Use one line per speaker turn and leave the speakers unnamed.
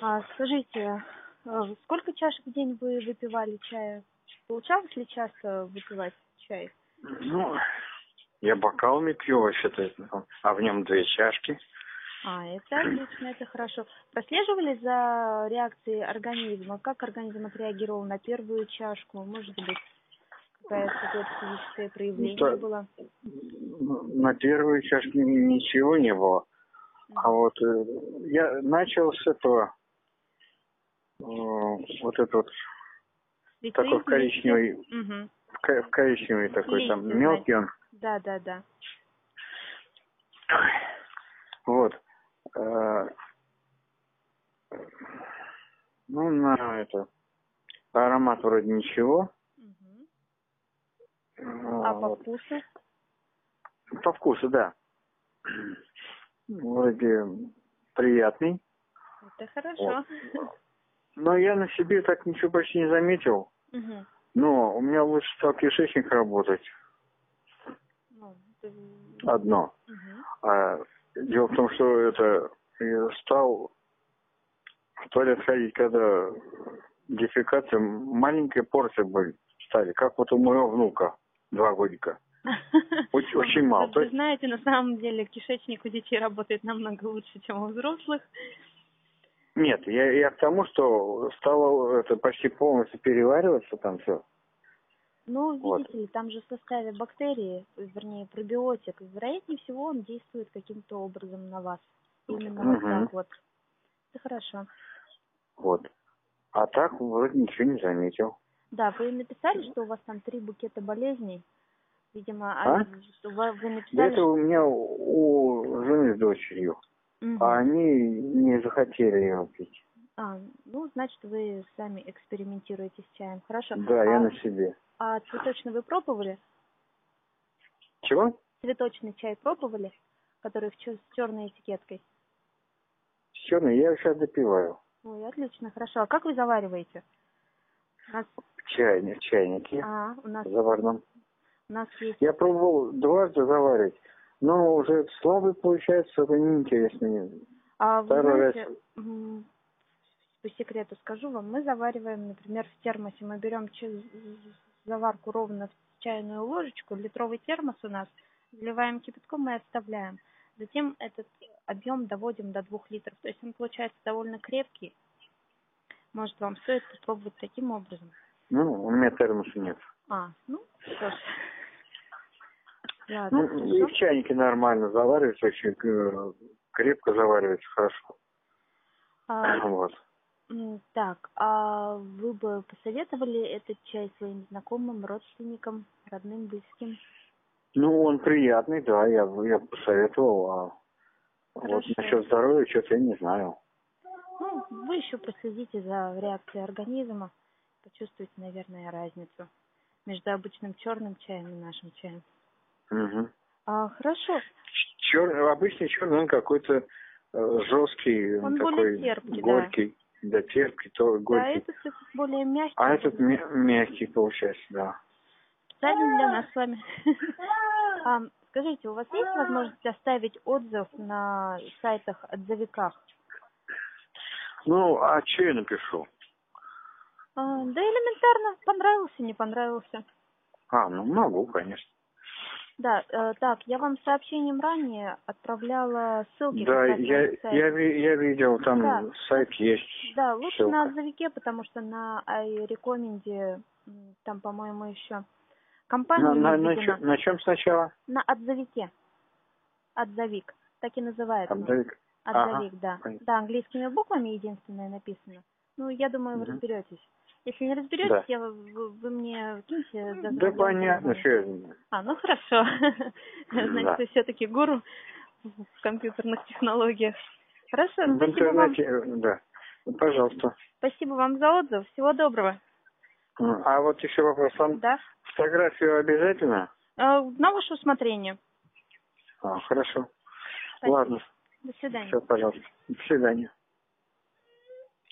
А, скажите, э, сколько чашек в день вы выпивали чая? Получалось ли часто выпивать чай?
Ну, я бокалами пью вообще-то, а в нем две чашки.
А, это отлично, это хорошо. Прослеживали за реакцией организма? Как организм отреагировал на первую чашку? Может быть, какое-то тут физическое проявление
Да.
было?
На первую чашку ничего не было. А вот э, я начал с этого, э, вот этот вот
Цветы,
такой в
листья?
коричневый,
Мгм.
в ко- в коричневый такой там
Листья,
мелкий он.
Да, да, да.
Вот. Э, Ну, на это. Аромат вроде ничего.
Мгм.
А,
А по
вот.
вкусу?
По вкусу, да. Вроде приятный.
Это хорошо.
Но я на себе так ничего почти не заметил.
Мгм.
Но у меня лучше стал кишечник работать.
Ну, это-
Одно.
мгм.
А дело в том, что это я стал в туалет ходить, когда дефекация маленькие порции были стали, как вот у моего внука два годика. Очень- очень мало.
Как
То
Вы
есть-
знаете, на самом деле кишечник у детей работает намного лучше, чем у взрослых.
Нет, я, я к тому, что стало это почти полностью перевариваться там все.
Ну,
Вот.
видите ли, там же в составе бактерии, вернее, пробиотик. И, Вероятнее всего, он действует каким-то образом на вас. Именно вот
Мгм.
так вот. Это хорошо.
Вот. А так вроде ничего не заметил.
Да, вы написали, что у вас там три букета болезней. Видимо,
А?
они- что вы, вы
Для
написали...
этого у меня у у жены с дочерью,
что- Мгм.
а они не захотели ее пить.
А, ну, значит, вы сами экспериментируете с чаем. Хорошо.
Да,
а,
я на себе.
а цветочный вы пробовали?
Чего?
Цветочный чай пробовали? Который в чер- с черной этикеткой.
Черный, ну, я сейчас допиваю.
Ой, отлично, хорошо. А как вы завариваете? У нас,
В чайне- в чайнике
а, у нас,
заварном.
у нас есть...
Я пробовал дважды заваривать, но уже слабый получается, это неинтересно. мне.
А вы
Второй раз.
знаете, м, по секрету скажу вам, мы завариваем, например, в термосе, мы берем чай- заварку ровно в чайную ложечку, литровый термос у нас, заливаем кипятком и оставляем. Затем этот объем доводим до двух литров, то есть он получается довольно крепкий. Может, вам стоит попробовать таким образом?
Ну, у меня термоса нет.
А, ну, что ж. Ладно,
Ну, и в
хорошо.
чайнике нормально заваривается, очень э, крепко заваривается, хорошо.
А,
Вот.
М, Так, а вы бы посоветовали этот чай своим знакомым, родственникам, родным, близким?
Ну, он приятный, да, я, бы- я бы посоветовал, а вот
Хорошо.
насчет здоровья что-то я не знаю.
Ну, вы еще последите за реакцией организма, почувствуете, наверное, разницу между обычным черным чаем и нашим чаем.
Угу.
А, хорошо,
Черный, обычный черный, он какой-то э, жесткий,
Он более
такой
терпкий, да.
горький, да. терпкий, то
да,
горький.
этот этот более мягкий.
А этот мя- мягкий получается, да.
специально для нас с вами. А, скажите, у вас есть возможность оставить отзыв на сайтах отзывиках?
Ну, а что я напишу?
А, да элементарно, понравился, не понравился.
А, ну могу, конечно.
Да, э, так, я вам сообщением ранее отправляла ссылки.
да,
как раз на
я,
этот сайт.
я, ви- я видел, там
Да.
сайт есть.
Да, лучше
ссылка.
на отзывике, потому что на iRecommend, м, там, по-моему, еще компания
На, на,
не введена.
чем сначала?
На отзовике. Отзовик, так и называется. он.
Отзовик. Ага,
Отзовик, да.
понятно.
Да, английскими буквами единственное написано. Ну, я думаю, вы
Мгм.
разберетесь. Если не разберетесь,
Да.
я, вы, вы мне киньте. дозвон-
Да
я
понятно,
позвоню.
что я знаю.
А, ну хорошо.
Да.
Значит, вы все-таки гуру в компьютерных технологиях. Хорошо,
В
спасибо вам.
интернете, э, да. Ну, Пожалуйста.
Спасибо вам за отзыв. Всего доброго.
М, А вот еще вопрос. Там
Да.
фотографию обязательно?
Э, На ваше усмотрение.
А, хорошо.
Спасибо.
Ладно,
До свидания.
все, пожалуйста. До свидания.